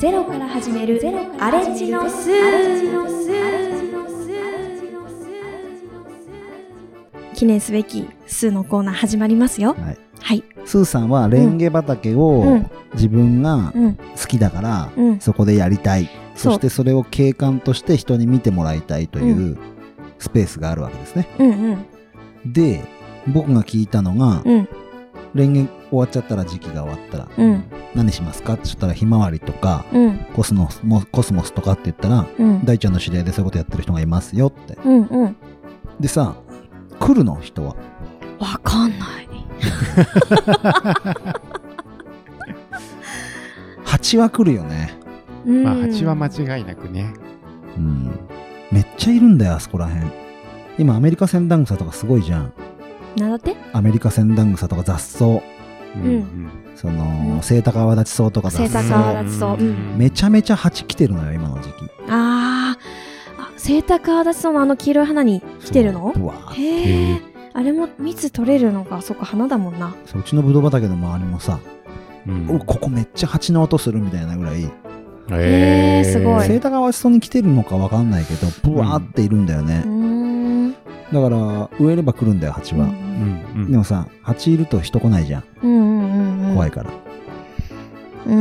ゼロから始めるアレンジのス記念すべきスーのコーナー始まりますよ。はい。はい。スーさんはレンゲ畑をうん自分がうん。好きだから、うん。そこでやりたい。そそうしてそれを景観として人に見てもらいたいというスペースがあるわけですね。うんうん。で、僕が聞いたのが、うん。レンゲ終わっちゃったら時期が終わったら、うん何しますかって言ったらひまわりとか、うん。コスモスもコスモスとかって言ったら、うん。大ちゃんの知り合いでそういうことやってる人がいますよって。うんうん。でさ、来るの人は。わかんない。蜂は来るよね。うんまあ、蜂は間違いなくね。うん。めっちゃいるんだよ、あそこら辺。今、アメリカセンダングサとかすごいじゃん。なんだってアメリカセンダングサとか雑草。うんん。そうの、んセイタカアワダチソウとか雑セイタ草。カアワダチソウうんめちゃめちゃ蜂来てるのよ、今の時期。あーあ、セイタカアダチソウのあの黄色い花に来てるのそううわーへへえ。あれも蜜取れるのか、そっか、花だもんな。そううちのブドウ畑の周りもさ、うんおここめっちゃ蜂の音するみたいなぐらい、へーすごはいセイタカアワダチソウに来てるのかわかんないけど、ブワーっているんだよねうー。ん。だから、植えれば来るんだよ、蜂は。ううんんうんでもさ、蜂いると人来ないじゃん。うんうんうん。怖いから。うー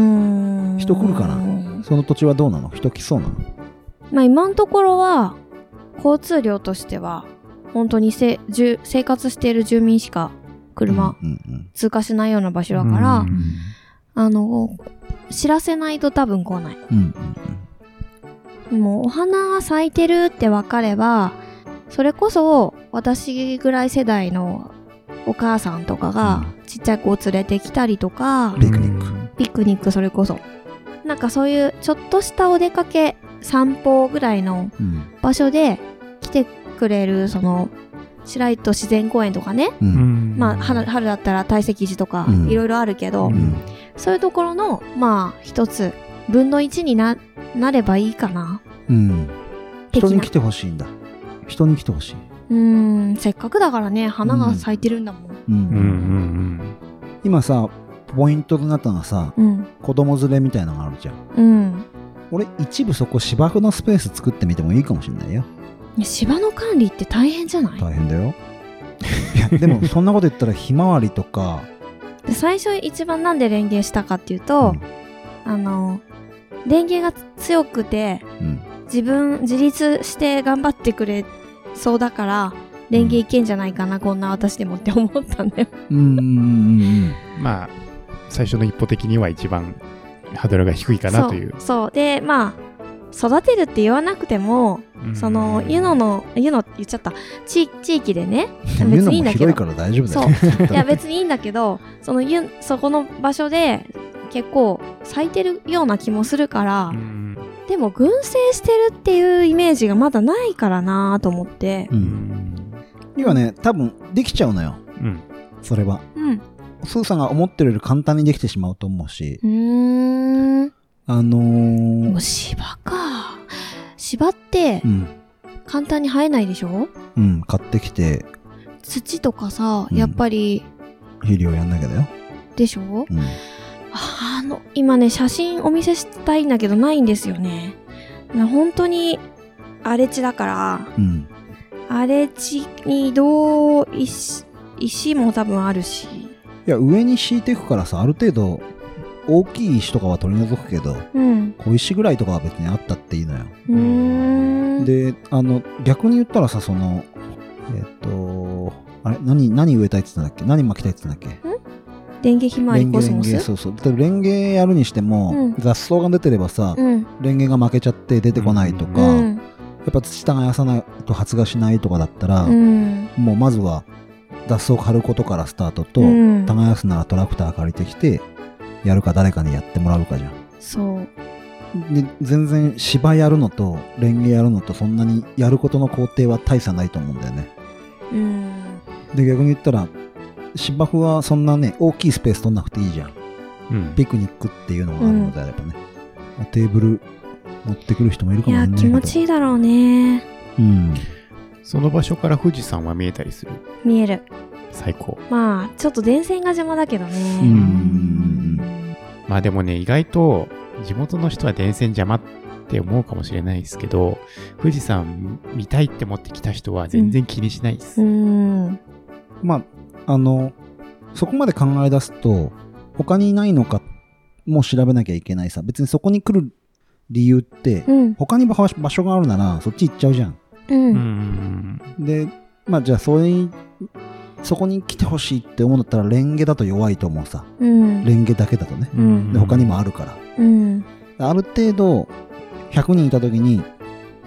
ん。人来るかなその土地はどうなの人来そうなのまあ今のところは交通量としては本当にせ住生活している住民しか車うんうん通過しないような場所だから、うんあの知らせないと多分来ないうん。うんうんもうお花が咲いてるって分かればそれこそ私ぐらい世代のお母さんとかがちっちゃい子を連れてきたりとか、ピクニックピクニックそれこそなんかそういうちょっとしたお出かけ散歩ぐらいのうん場所で来てくれるその白糸自然公園とかね、ううんん。まあ春春だったら堆積寺とかうんいろいろあるけど、ううんんそういうところのまあ一つ分の1にななればいいかなうん的人にな来てほしいんだ人に来てほしい、うーんせっかくだからね花が咲いてるんだもんううんうんん今さポイントとなったのはさうん子供連れみたいなのがあるじゃんうん、俺一部そこ芝生のスペース作ってみてもいいかもしれないよ芝の管理って大変じゃない大変だよいや でもそんなこと言ったらひまわりとか、で最初一番なんで連携したかっていうと、あの連携が強くてうん自分自立して頑張ってくれそうだから連携いけんじゃないかな、こんな私でもって思ったんだよ。うん、うんうんうんうんまあ、最初の一歩的には一番ハードルが低いかなというそ。うそうでまあ育てるって言わなくても、うんその湯野の湯野って言っちゃった地地域でねでも別湯野にいいんだもけど広いから大丈夫だそよういや別にいいんだけどその湯そこの場所で結構咲いてるような気もするから、うんでも群生してるっていうイメージがまだないからなと思ってううんん今ね多分できちゃうのようんそれはうんスーさんが思ってるより簡単にできてしまうと思うしうーんあのでーも芝か芝ってうん簡単に生えないでしょうん、買ってきて土とかさうんやっぱり肥料やんなきゃだよ。でしょ、うん。あの今ね写真お見せしたいんだけどないんですよねな本当に荒れ地だからうん。荒れ地にどう石石も多分あるしいや、上に敷いていくからさ、ある程度、大きい石とかは取り除くけど、うん小石ぐらいとかは別にあったっていいのよ。うーんで、あの、逆に言ったらさ、その、えっ、と、あれ何、何植えたいって言ったんだっけ何巻きたいって言ったんだっけ電撃ひまわりコスレンモゲスそうそう。でレンゲやるにしても、うん雑草が出てればさ、うんレンゲが負けちゃって出てこないとうか、やんっぱ土耕さないと発芽しないとかだったら、うんもうまずは雑草を刈ることからスタートと、うん耕すならトラクター借りてきてやるか誰かにやってもらうかじゃんそうで全然芝やるのとレンゲやるのとそんなにやることの工程は大差ないと思うんだよねうんで逆に言ったら芝生はそんなね大きいスペース取んなくていいじゃんうんピクニックっていうのがあるのであればね、テーブル持ってくる人もいるかいもしれやないけ気ど持ちいいだろうねうんその場所から富士山は見えたりする。見える最高。まあちょっと電線が邪魔だけどうんうんねうんまあでもね、意外と地元の人は電線邪魔って思うかもしれないですけど、富士山見たいって思ってきた人は全然気にしないです。うーん。まあ、あの、そこまで考え出すと、他にないのかも調べなきゃいけないさ。別にそこに来る理由って、うん。他に場所場所があるなら、そっち行っちゃうじゃん。うん。ううん。ん。で、まあ、じゃあ、それに、そこに来てほしいって思うんだったら、レンゲだと弱いと思うさ。うん。レンゲだけだとね。うんで、他にもあるから。うん。ある程度、100人いた時に、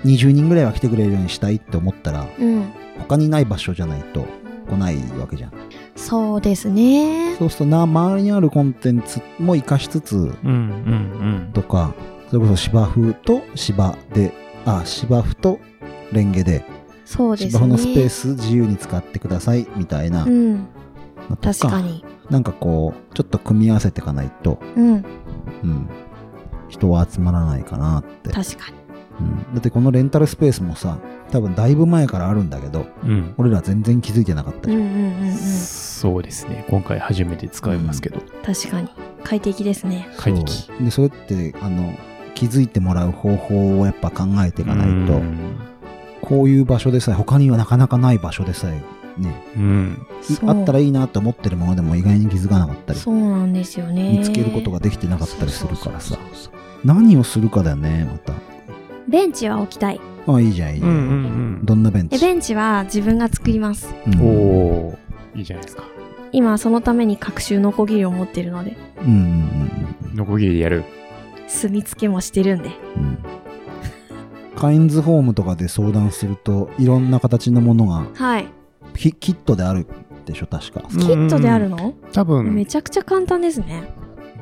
20人ぐらいは来てくれるようにしたいって思ったら、うん。他にない場所じゃないと来ないわけじゃん。そうですね。そうするとな、周りにあるコンテンツも活かしつつうんうんとか、それこそ芝生と芝で、あ、芝生とレンゲで、そうですね。芝生のスペース自由に使ってくださいみたいなう、ん。のと確かに。なんかこう、ちょっと組み合わせていかないと、うん。うん、人は集まらないかなって。確かに。うん、だってこのレンタルスペースもさ、多分だいぶ前からあるんだけど、うん。うん。俺ら全然気づいてなかったうんじうゃん。んうんうん。そうですね。今回初めて使いますけど。確かに。快適ですね。快適。そうで、それって、あの、気づいてもらう方法をやっぱ考えていかないと、うんこういう場所でさえ、他にはなかなかない場所でさえ、ね、うん。あったららいいなと思ってるものでも意外に気づかなかったり、そうなんですよね。見つけることができてなかったりするからそさうそうそうそう何をするかだよね、また。ベンチは置きたい。あ、いいじゃん、いいじうゃん。んうんどんなベンえチ、ベンチは自分が作ります。ううんん。おー、いいじゃないですか。今そのために各種ノコギリを持ってるので、うんうんうんノコギリでやる。墨付けもしてるんで。うんうん。カインズホームとかで相談すると、いろんな形のものがはい。キキットであるでしょ確か、うんキットであるの、多分め、ちゃくちゃ簡単ですね。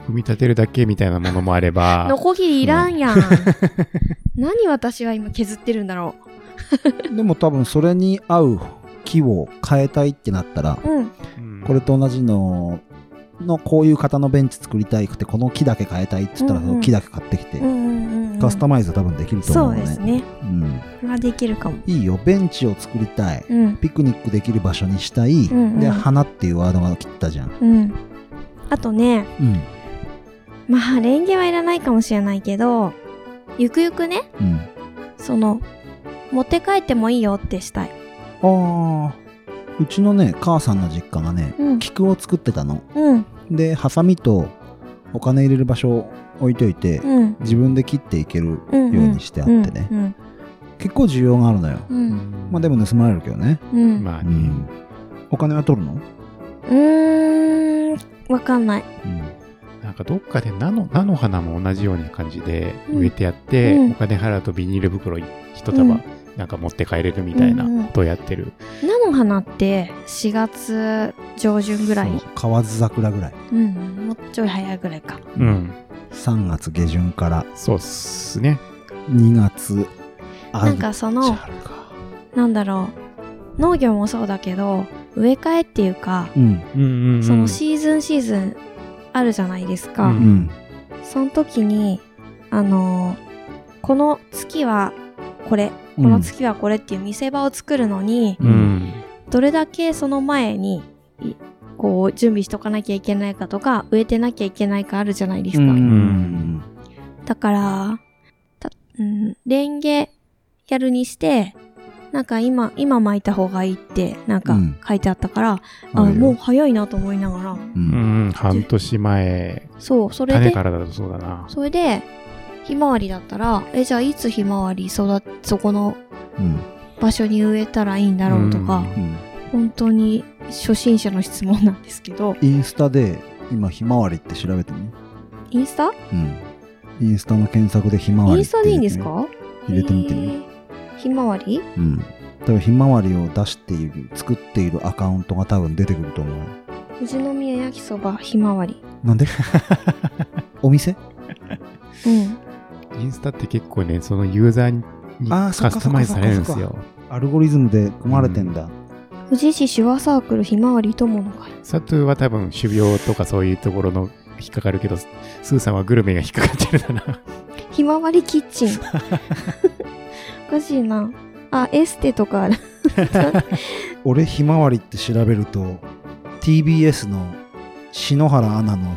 組み立てるだけみたいなものもあれノば、コギリいらんやん。 何私は今削ってるんだろでも多分それに合う木を変えたいってなったらう。うん。うんこれと同じののこういう型のベンチ作りたくてこの木だけ変えたいって言ったらうんそうんの木だけ買ってきて、うんうんうん。カスタムマイズ多分できるとそうう思のでねすね。うん、これはできるかも。いいよベンチを作りたいうん。ピクニックできる場所にしたい、んうんで花っていうワードが切ったじゃん、うん。あとね、うんまあ、レンゲはいらないかもしれないけど、ゆくゆくね、その、持って帰ってもいいよってしたい。うん、あーうちのね母さんの実家がねうん。菊を作ってたのうん。でハサミとお金入れる場所を置いといて、うん。自分で切っていけるよう。うんにしてあってね、うん。結構需要があるのよ、うん。まあでも盗まれるけどね、うん。まあうね、ん、お金は取るの、うーん。わかんない。なんかどっかで菜の菜の花も同じような感じでうん植えてやって、うんお金払うとビニール袋一う束んなんか持って帰れるみたいなうんうんことをやってる。菜の花って4月上旬ぐらいそう河津桜ぐらいうん。もうちょい早いぐらいか。うん、 3月下旬からそうっすね。 2月あなんかその、あるか。なんだろう。農業もそうだけど、植え替えっていうか、うんうんうん、うん。そのシーズンシーズンあるじゃないですか。ううんんその時に、あのーこの月はこれ、こうんの月はこれっていう見せ場を作るのに、うん。どれだけその前に、いこう、準備しとかなきゃいけないかとか、植えてなきゃいけないかあるじゃないですか。うんだから、たうん、レンゲやるにして、なんか今、今巻いた方がいいって、なんかうん書いてあったから、あ、あるよもう早いなと思いながら、ううんん、半年前、そう、それ種でからだとそうだな。それで、ひまわりだったら、え、じゃあいつひまわり育っそこのうん場所に植えたらいいんだろうとか、うん本当に初心者の質問なんですけど、インスタで今ひまわりって調べてみインスタうんインスタの検索でひまわイりンっスてタでいいんです入かれてみ入れてみえてみーひまわりうん。多分ひまわりを出している、作っているアカウントが多分出てくると思う。富士宮焼きそばひまわり。なん でお店うん。インスタって結構ね、そのユーザーにあカーそっかスタマイズされるんですそっよ。アルゴリズムで組まれてんだ。富士市手話サークルひまわり友の会。サトゥは多分種苗とかそういうところの引っかかるけど、スーさんはグルメが引っかかってるんだな。ひまわりキッチン。 おかしいな。あ、エステとかある。俺ひまわりって調べると、TBS の篠原アナの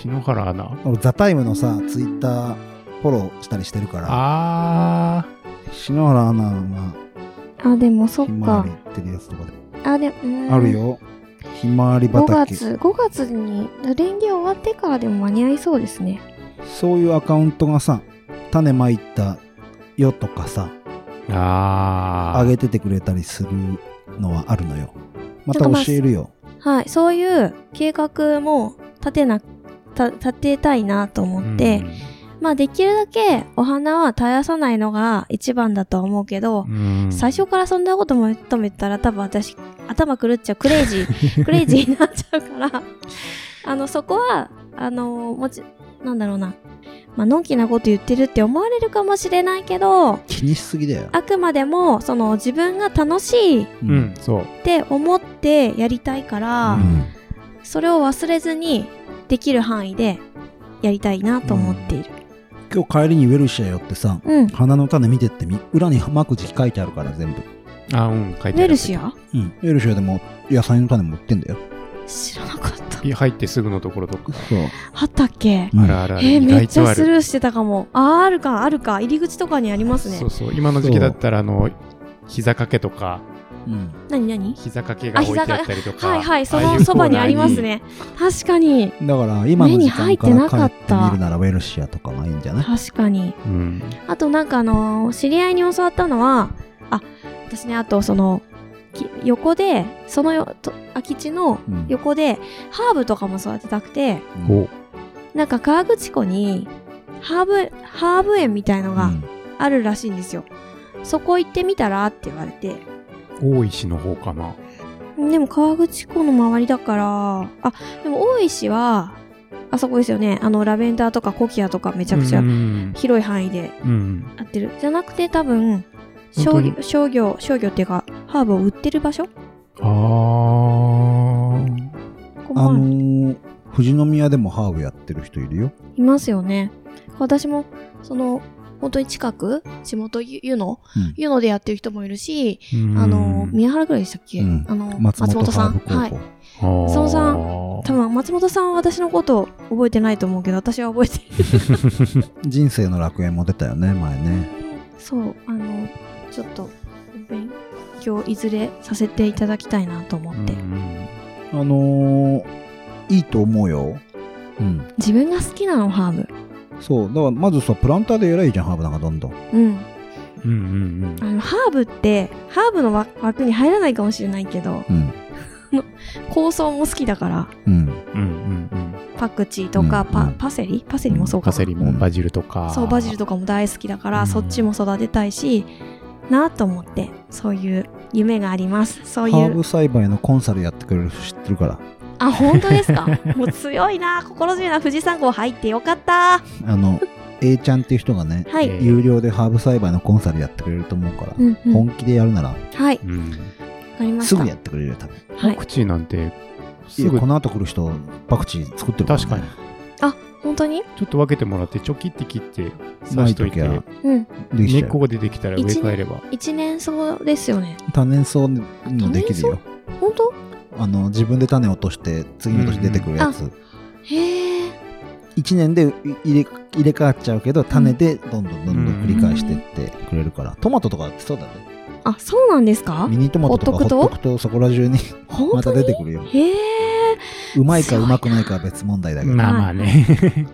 篠原アナ。俺、ザタイムのさ、ツイッターフォローしたりしてるから、あ篠原アナは、あ、でもそっひまわかり。ってるやつとかで。あ、で、うんある。よ。ひまわり5畑。月、5月に連休終わってからでも間に合いそうですね。そういうアカウントがさ、種まいたよとかさ、ー。ああー。げててくれたりするのはあるのよ。また教えるよ。はい、そういう計画も立てな、た立てたいなと思って、まあできるだけお花は絶やさないのが一番だとは思うけどう、ん、うん最初からそんなこと求めたら多分私頭狂っちゃうクレイジ ークレイジーになっちゃうからあのそこはあのもちなんだろうなまあのんきなこと言ってるって思われるかもしれないけど気にしすぎだよ。あくまでもその自分が楽しいっううん、。そう。て思ってやりたいから、うんそれを忘れずにできる範囲でやりたいなと思っている。今日帰りにウェルシア寄ってさ、うん。花の種見てってみ、裏にまく時期書いてあるから全部。あ、うん、書いてあるウェルシアうん。ウェルシアでも野菜の種も売ってんだよ。知らなかった。いや入ってすぐのところとか。そう。あったっけうんあるあるある。えー意めっ外ちとゃあスる。ルーしてたかも。あー、あるか、あるか。入り口とかにありますねそう。そう。今の時期だったら、あの、膝掛けとか、うん。なになに膝掛けが置いてあったりとか。はいはい、そああいのうそばにありまコすーナーに。ね。確かに。だから今の目時間かに入ってなからっ帰ってたみるならウェルシアとかがいいんじゃない確かに。うん。あとなんかあのー知り合いに教わったのは、あ、私ね、あとその、き横で、そのよと空き地のうん横で、ハーブとかも育てたくて、うんこなんか河口湖に、ハーブ、ハーブ園みたいのうがんあるらしいんですよ。そこ行ってみたらって言われて、う、大石の方かな。でも川口湖の周りだから、あ、でも大石は、あそこですよね。あの、ラベンダーとかコキアとかめちゃくちゃうん。広い範囲でうん。合ってる。じゃなくて多分、商本当に業、商業、商業っていうか、ハーブを売ってる場所あー。ここあもあのるー、富士宮でもハーブやってる人いるよ。いますよね。私も、その、本当に近く、地元ゆ湯野うん湯野でやってる人もいるし、うんあの、宮原くらいでしたっけ、うんあの、松本ハーブはい高校。。あ松ー本さん多分松本さんは私のこと覚えてないと思うけど私は覚えてる人生の楽園も出たよね、前ね。そうあのちょっと勉強いずれさせていただきたいなと思って、 うんあのー、いいと思うよ。うん。自分が好きなのハーブそう。だからまずさ、プランターで偉いじゃん、ハーブなんかどんどん。うんうんうんうんあのハーブってハーブのわ枠に入らないかもしれないけどうん。香草も好きだからうん。うんうんうんパクチーとか、うんパうんパセリパセうリんもそうかパなセリもバジルとかそうバジルとかも大好きだから、うんそっちも育てたいしなと思ってそういう夢がありますそういハーうブ栽培のコンサルやってくれる人知ってるから。あ、本当ですか もう強いな、心強いな、富士山号入ってよかった。あ の、A ちゃんっていう人がね、はい。えー有料でハーブ栽培のコンサルやってくれると思うから、うんうん本気でやるなら、はい、うんわかりましすた。ぐやってくれるよ、多分。はい。口なんていすや、ぐこの後来る人、パクチー作ってるから、確かに本当にちょっと分けてもらってチョキって切ってな刺いしとい時てはうん。でき根ちっゃこう。が出てきたら植え替えれば一年草ですよね。多年草もできるよ。本当あの、自分で種落として、次の年出てくるやつ。へえ。 1年で入れ入れ替わっちゃうけど種でどんどんどんどん繰り返してってくれるから、トマトとかだってそうだねあ、そうなんですかミニトマトとかほっほっととくくとそこら中にま本た当出にてくるよへえ。うまいかうまくないかは別問題だけどまあまあね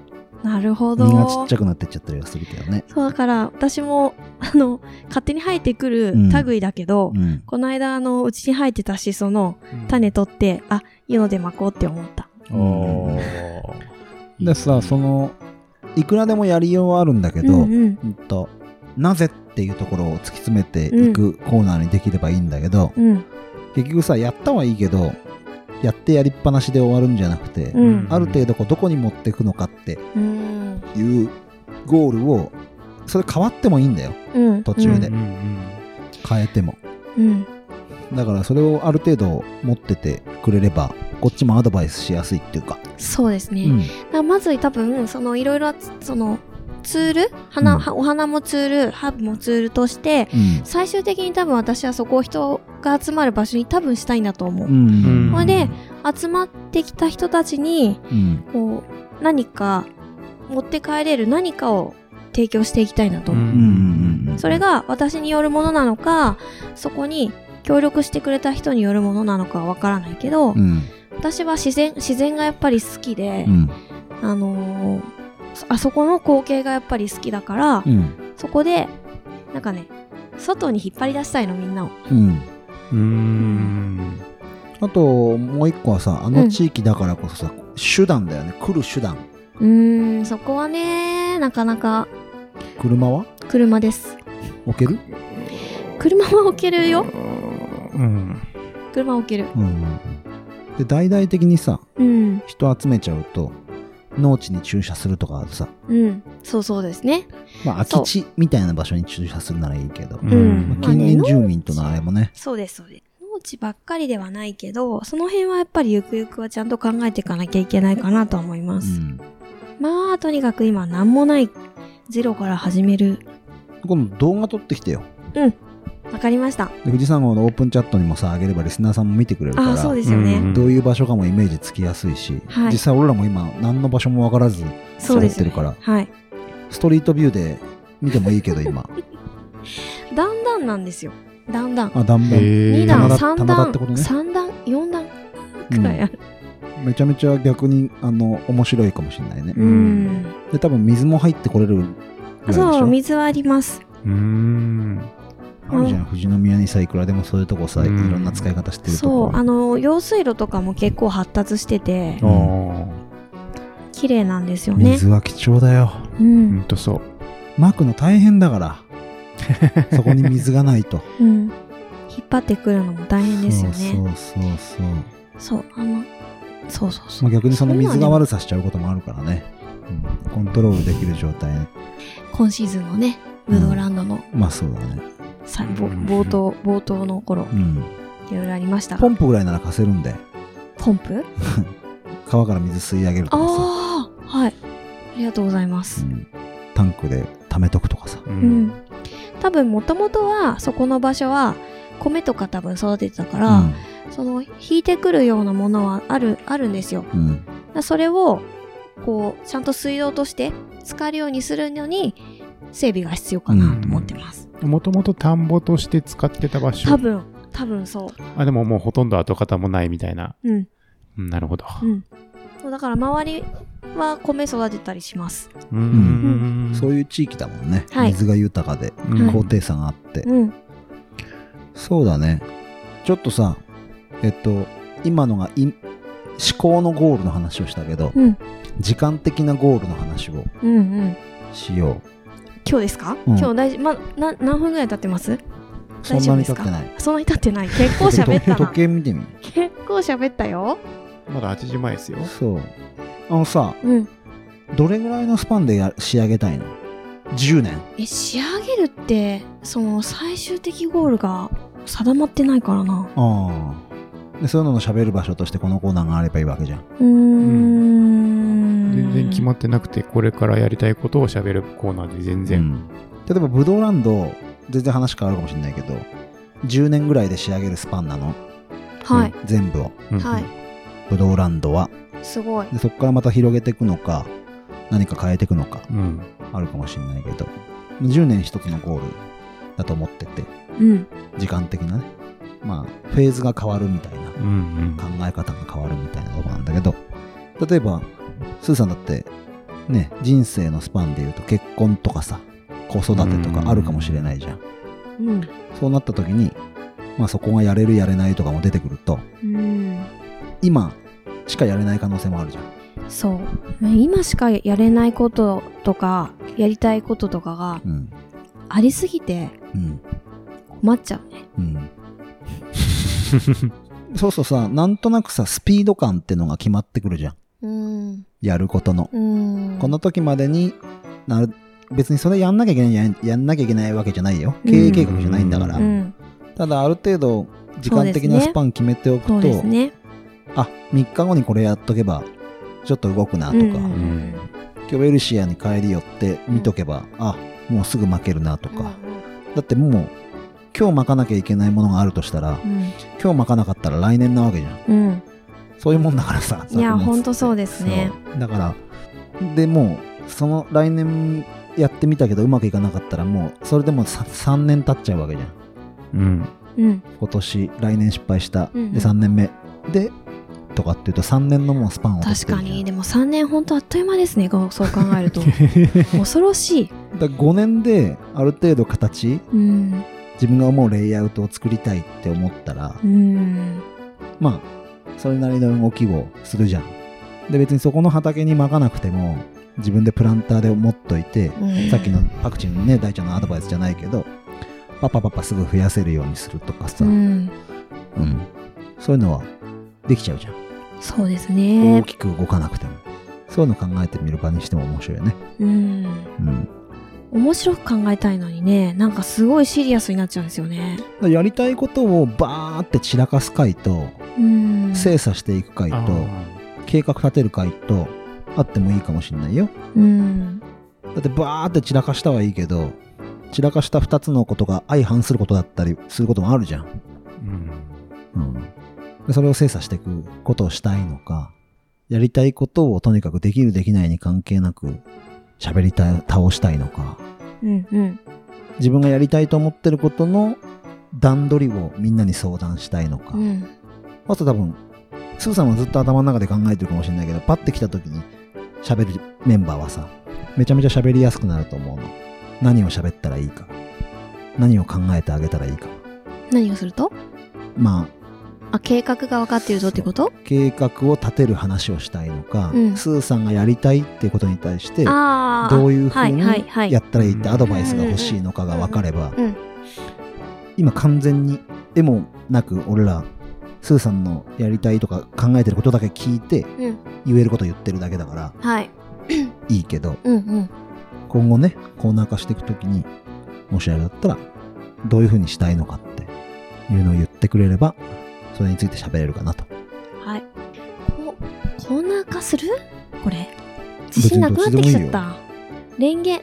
なるほ実がちどっち。ゃくなってっちゃったりはするけどね、そうだから、私も、 あの、勝手に生えてくるうん類だけどう、ん、この間、あの、うちに生えてたし、その、 種取って、あ、湯ので巻こうって思った。おーでさそのいくらでもやりようはあるんだけうど、んうん。うんとなぜっていうところを突き詰めていくコーナーにできればいいんだけど、うん。結局さやったはいいけどやってやりっぱなしで終わるんじゃなくて、うんある程度こうどこに持っていくのかってうん。いうゴールをそれ変わってもいいんだようん。途中でうんうん変えてもうん。だからそれをある程度持っててくれればこっちもアドバイスしやすいっていうか、そうですね。うんだからまず多分そのいろいろそのツール花、うんはお花もツールハーブもツールとしてうん最終的に多分私はそこを人が集まる場所に多分したいんだと思う、うんうんほいで集まってきた人たちにうんこう何か持って帰れる何かを提供していきたいなと、うんうんうんうんそれが私によるものなのかそこに協力してくれた人によるものなのかはわからないけど、うん私は自然自然がやっぱり好きで、うんあのーそあそこの光景がやっぱり好きだから、うんそこでなんかね外に引っ張り出したいのみんなをうんうーん。あともう一個はさあの地域だからこそさ、手段だよね来る手段うーんそこはねなかなか車は車です置ける、車は置けるようん。車は置けるうんうんうんで大々的にさうん人集めちゃうと農地に駐車するとかさ、うんそうそうですねまあ、空き地みたいな場所に駐車するならいいけど、うんまあま近隣住民とのあれもねそうですそうです農地ばっかりではないけどその辺はやっぱりゆくゆくはちゃんと考えていかなきゃいけないかなとは思いまうす、んまあとにかく今何もないゼロから始める今度動画撮ってきてよわかりましたで富士山号のオープンチャットにもさあげればリスナーさんも見てくれるからああそうですようね、んどういう場所かもイメージつきやすいし、はい実際俺らも今何の場所もわからずそうですよね揃ってるはいストリートビューで見てもいいけど今だんだんなんですよだんだんあ断へ面2ー段棚田3棚田段ってことね3段4段くらいあるめちゃめちゃ逆にあの面白いかもしれないね、うん、で多分水も入ってこれるぐらいでしょそう水はありますうーん。あるじゃん富士宮にさいくらでもそういうとこさいろうんんな使い方してるとそこうあの用水路とかも結構発達しててああ。綺麗なんですよね水は貴重だようほんんとそう。まくの大変だからそこに水がないとうん引っ張ってくるのも大変ですよねそうそうそうそうそうあのそうそうそまあう逆にそのそういうのは水ねが悪さしちゃうこともあるからね、うんコントロールできる状態今シーズンのねムドランドのまあそうだね、さうんぼ冒頭冒頭の頃うん、いろいろありましたポがンプぐらいなら貸せるんでポンプ川から水吸い上げるとかさ、ああはいありがとうございまうすんタンクで溜めとくとかさううん、。多分もともとはそこの場所は米とか多分育ててたから、その引いてくるようなものはあるあるんですようんうだんからそれをこうちゃんと水道として使えるようにするのに整備が必要かなと思ってます、もともと田んぼとして使ってた場所多。分多分そあ、でももうほとんど跡形もないみたいな。ううんうんなるほど。うんそうだから周りは米育てたりしますうーん。そういいう地域だもんね、はい水が豊かでうん高低差があって、うんそうだねちょっとさえっと今のがい思考のゴールの話をしたけど、うん時間的なゴールの話をうんうんしよ今日ですか、うん今日大事まな何分ぐらい経ってますうそ大ん丈夫なにです経っかてないそんなに経ってない結構喋った時な 時計見てみ結構喋ったよまだ8時前ですよ。そうあのさうんどれぐらいのスパンでや仕上げたいの ?10 年え仕上げるってその最終的ゴールが定まってないからなああでそういうのの喋る場所としてこのコーナーがあればいいわけじゃんうーん全然決っまってなくて、これからやりたいことを喋るコーナーで全う然。ん例えばブドウランド全然話変わるかもしれないけど10年ぐらいで仕上げるスパンなの、はい、全部をうんはい。ブドウランドはすごいでそこからまた広げていくのか何か変えていくのかうん。あるかもしれないけど10年一つのゴールだと思っててうん時間的なねまあフェーズが変わるみたいなうん考うんえ方が変わるみたいなとこなんだけど例えばスーさんだってね人生のスパンで言うと結婚とかさ子育てとかあるかもしれないじゃんうんそうなった時に、まあ、そこがやれるやれないとかも出てくるとうん今しかやれない可能性もあるじゃんそう今しかやれないこととかやりたいこととかがうんありすぎてうん困っちゃうねうん そうそうさなんとなくさスピード感ってのが決まってくるじゃんうんやることのうんこの時までになる別にそれやんなきゃいけないやんやんなきゃいけないわけじゃないようん経営計画じゃないんだから、うんただある程度時間的そうでなすねスパン決めておくそと、うですねあ3日後にこれやっとけばちょっと動くなとか、うんうんうん今日エルシアに帰り寄って見とけば、あもうすぐ負けるなとか、だってもう今日巻かなきゃいけないものがあるとしたらうん今日巻かなかったら来年なわけじゃんうんそういうもんだからさいや作物ってほんとそうですねそうだからでもうその来年やってみたけどうまくいかなかったらもうそれでも 3, 年経っちゃうわけじゃんうん。うん今年来年失敗した、うんうんで3年目でとかっていうと3年のもうスパンを取っ確てるかじゃんにでも3年ほんとあっという間ですねこうそう考えると恐ろしい、だ5年である程度形うん自分が思うレイアウトを作りたいって思ったら、うん、まあそれなりの動きをするじゃんで別にそこの畑にまかなくても自分でプランターで持っといて、うんさっきのパクチーのね大ちゃんのアドバイスじゃないけどパパパパすぐ増やせるようにするとかさ、うん、うんそういうのはできちゃうじゃん、そうです大ねきく動かなくてもそういうの考えてみる場にしても面白いよねうんうん面白く考えたいのにねなんかすごいシリアスになっちゃうんですよねだからやりたいことをバーって散らかす回とうん精査していく回とあ計画立てる回とあってもいいかもしれないようんだってバーって散らかしたはいいけど散らかした2つのことが相反することだったりすることもあるじゃん、ーうん。うん、でそれを精査していくことをしたいのかやりたいことをとにかくできるできないに関係なく喋りたい倒したいのかうんうん自分がやりたいと思ってることの段取りをみんなに相談したいのか、うんあと多分すーさんはずっと頭の中で考えてるかもしれないけどパッて来た時に喋るメンバーはさめちゃめちゃ喋りやすくなると思うの何を喋ったらいいか何を考えてあげたらいいか何をするとまあ計画が分かっているぞってことあ計画を立てる話をしたいのか、うんスーさんがやりたいっていうことに対してああどういうふうにはいはいはいやったらいいってうんアドバイスが欲しいのかが分かればうんうん今完全に絵もなく俺らスーさんのやりたいとか考えてることだけ聞いてうん言えること言ってるだけだからはいいいけどうんうん今後ねコーナー化していくときにもしあれだったらどういうふうにしたいのかっていうのを言ってくれればそれについて喋れるかなとはいこコーナー化するこれ自信なくなってきちゃったレンゲ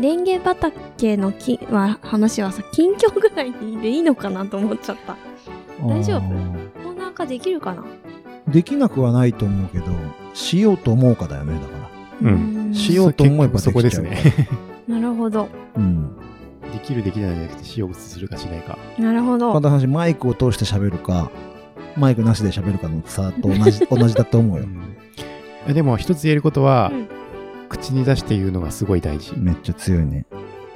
レンゲ畑のきは話はさ近況ぐらいでいいのかなと思っちゃった大丈夫あーコーナー化できるかなできなくはないと思うけどしようと思うかだよねだからうんんしようと思えばそでこきでちすゃうからね。 なるほどうんできるできないじゃなくて、使をするかしないか。なるほこどの話マイクを通して喋るかマイクなしで喋るかの差と同 じ同じだと思うようんでも、一つ言えることは、うん口に出して言うのがすごい大事。めっちゃ強いね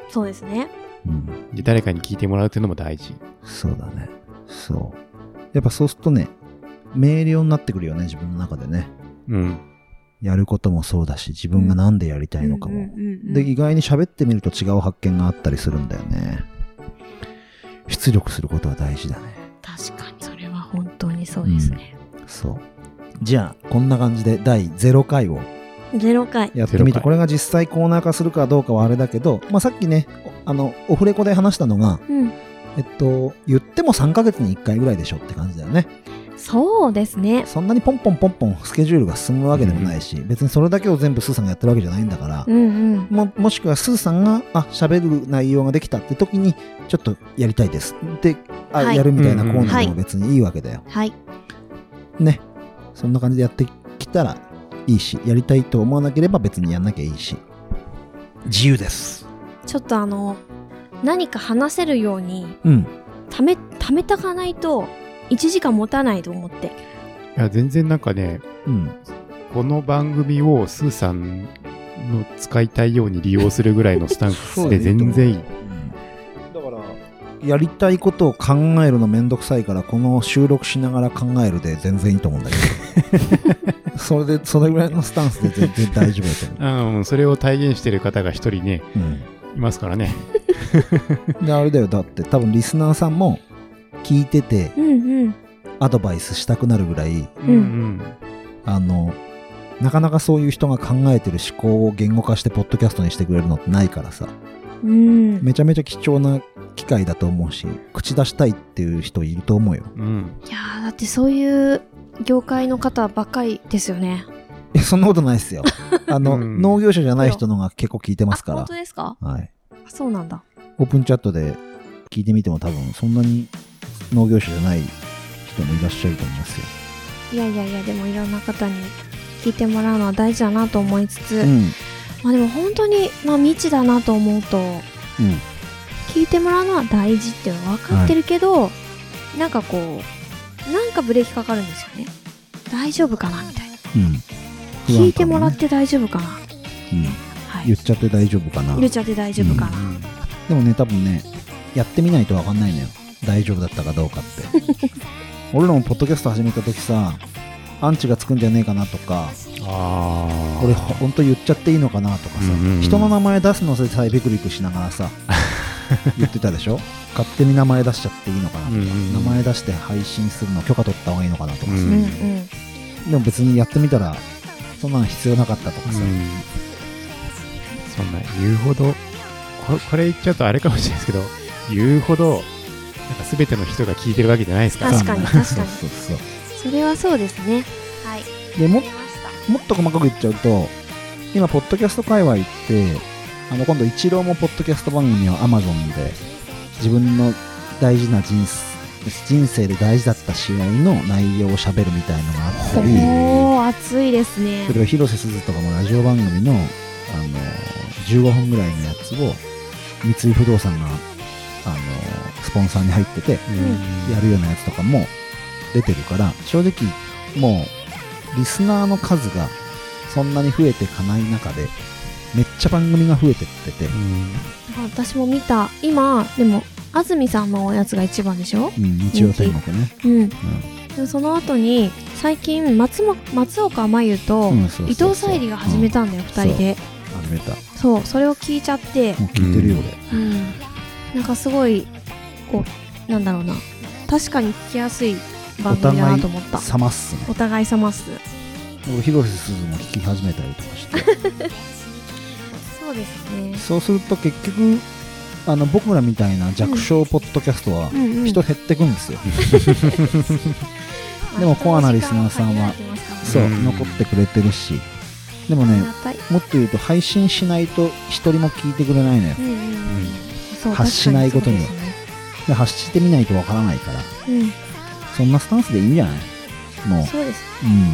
そうですねうんで誰かに聞いてもらうっていうのも大事。そうだねそうやっぱそうするとね明瞭になってくるよね自分の中でねうん。やることもそうだし自分が何でやりたいのかも、うんうんうんうんで意外に喋ってみると違う発見があったりするんだよね出力することは大事だね確かにそれは本当にそうですね、そうじゃあこんな感じで第0回をゼロ回やってみゼロて回これが実際コーナー化するかどうかはあれだけど、まあ、さっきねあのオフレコで話したのがうんえっと言っても3ヶ月に1回ぐらいでしょって感じだよねそうですねそんなにポンポンポンポンスケジュールが進むわけでもないし別にそれだけを全部スーさんがやってるわけじゃないんだから、うんうんももしくはスーさんがあ喋る内容ができたって時にちょっとやりたいですで、あはいやるみたいなうんうんコーナーではもい別にいいわけだよ、はいねそんな感じでやってきたらいいしやりたいと思わなければ別にやんなきゃいいし自由ですちょっとあの何か話せるようにうんためためたかないと1時間持たないと思っていや、全然なんかね、うんこの番組をスーさんの使いたいように利用するぐらいのスタンスで全然いい。だからやりたいことを考えるのめんどくさいからこの収録しながら考えるで全然いいと思うんだけ どそれでそれぐらいのスタンスで全然大丈夫だと思うん、それを体現してる方が一人ね、う、うんいますからね。であれだよだって多分リスナーさんも聞いててうんうんアドバイスしたくなるぐらいんあのなかなかそういう人が考えてる思考を言語化してポッドキャストにしてくれるのってないからさうんめちゃめちゃ貴重な機会だと思うし口出したいっていう人いると思うようん。うん。いやーだってそういう業界の方ばっかりですよねいやそんなことな いですよあの、うん農業者じゃない人のが結構聞いてますあか、本当ですからはい、あそうなんだオープンチャットで聞いてみても多分そんなに農業者じゃない人もいらっしゃると思いますよいやいやいやでもいろんな方に聞いてもらうのは大事だなと思いつつ、うん。まあでも本当に、まあ、未知だなと思うとうん。聞いてもらうのは大事って分かってるけど、なんかこうなんかブレーキかかるんですよね大丈夫かなみたいな、うん。聞いてもらっ不安て大丈夫かな、感ね。はうん。い言っちゃって大丈夫かな。入れちゃって大丈夫かな、でもね、多分ね、やってみないとわかんないのよ。大丈夫だったかどうかって。 俺らもポッドキャスト始めた時さ、アンチがつくんじゃねえかなとか、ああ。俺ほんと言っちゃっていいのかなとかさ、うんうんうん人の名前出すのさえビクビクしながら さ、言ってたでしょ勝手に名前出しちゃっていいのかなとか、うんうん名前出して配信するの許可取った方がいいのかなとかさ、ううんん、うんうんでも別にやってみたら、そんなの必要なかったとかさ、うんそんな言うほどここれ言っちゃうとあれかもしれないですけど言うほどなんか全ての人が聞いてるわけじゃないですから確かにわんない確かにそうそうそそれはそうですねはいうでもっましたもっと細かく言っちゃうと、今、ポッドキャスト界隈って、あの今度、イチローもポッドキャスト番組を Amazon で、自分の大事な人生人生で大事だった試合の内容を喋るみたいのがあったり、おー暑いですねそれは広瀬すずとかもラジオ番組の、あの15分ぐらいのやつを、三井不動産が、あのスポンサーに入ってて、やるようなやつとかも出てるから正直もうリスナーの数がそんなに増えてかない中でめっちゃ番組が増えてってて、私も見た今でも安住さんのやつが一番でしょうん、日曜天国ね、うんうでその後に最近松も松岡真優とんうんそうそうそ伊う藤沙莉が始めたんだよ、二人でうん始めたもそうそれを聞いちゃって、う聞いてるようで、うん、なんかすごいこうなんだろうな確かに聞きやすい番組だなと思った冷ますねお互い様っす俺広瀬すずも聞き始めたりとかして そうですねそうすると結局あの僕らみたいな弱小ポッドキャストはうんうん人減ってく んですよ、でもコアなリスナーさんはそううん残ってくれてるしでもあねりがたいもっと言うと配信しないと一人も聞いてくれないのようんうんうんそう発しないことには確かで発してみないとわからないからそうですねそんなスタンスでいいんじゃないもう、うんそうです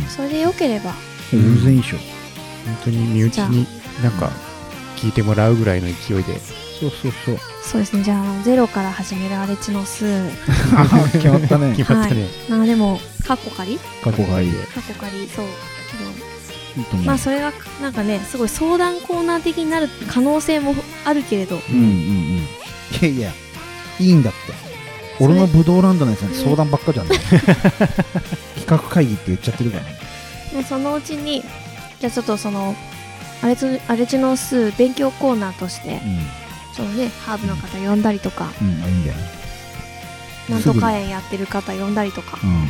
うそれでよければん全然いいでしょ本当に身内になんか聞いてもらうぐらいの勢いでそうそうそうそうですねじゃあゼロから始める荒地の数 決まったね決まったね、まあでもカッコ仮過去がいいカッコ仮そうけいいとど思う、まあそれがなんかねすごい相談コーナー的になる可能性もあるけれどうんうんうんいやいやいいんだって俺のブドウランドのやつなんて相談ばっかじゃ ん、ね、企画会議って言っちゃってるからねでそのうちにじゃあちょっとその荒地荒地の数勉強コーナーとしてそのねハーブの方呼んだりとかうんうんあいいんじゃないなんとか園やってる方呼んだりとかうん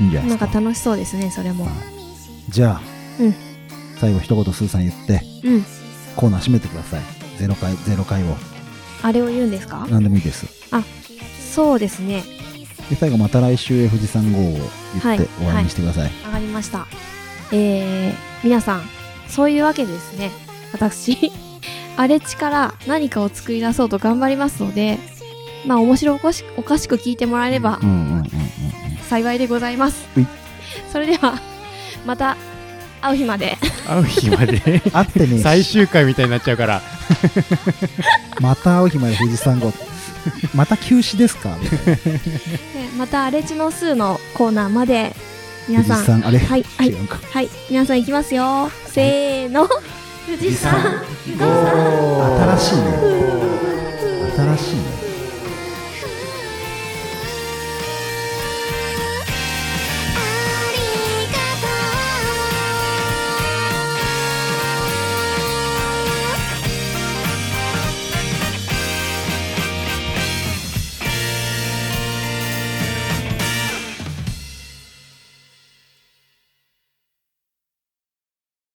いいんじゃないなでんすかか楽しそうですねそれもじゃあ、うん最後一言スーさん言ってうんコーナー閉めてくださいゼロ回ゼロ回をあれを言うんですか何でもいいですそうですねで最後また来週へ富士山号をは言っいて終わりにしてください、上がりましたえー、皆さんそういうわけでですね私 荒れ地から何かを作り出そうと頑張りますのでまあ面白おかしおかしく聞いてもらえればうんうんうんうんうん幸いでございます、はいそれではまた会う日まで会う日まで会ってねえ 最し終回みたいになっちゃうからまた会う日まで富士山号また休止ですかみたいなねまた荒れ地の数のコーナーまで皆富士さん山あれ、はいはい違うかはい皆さんいきますよせーの富士山新しいね新しいね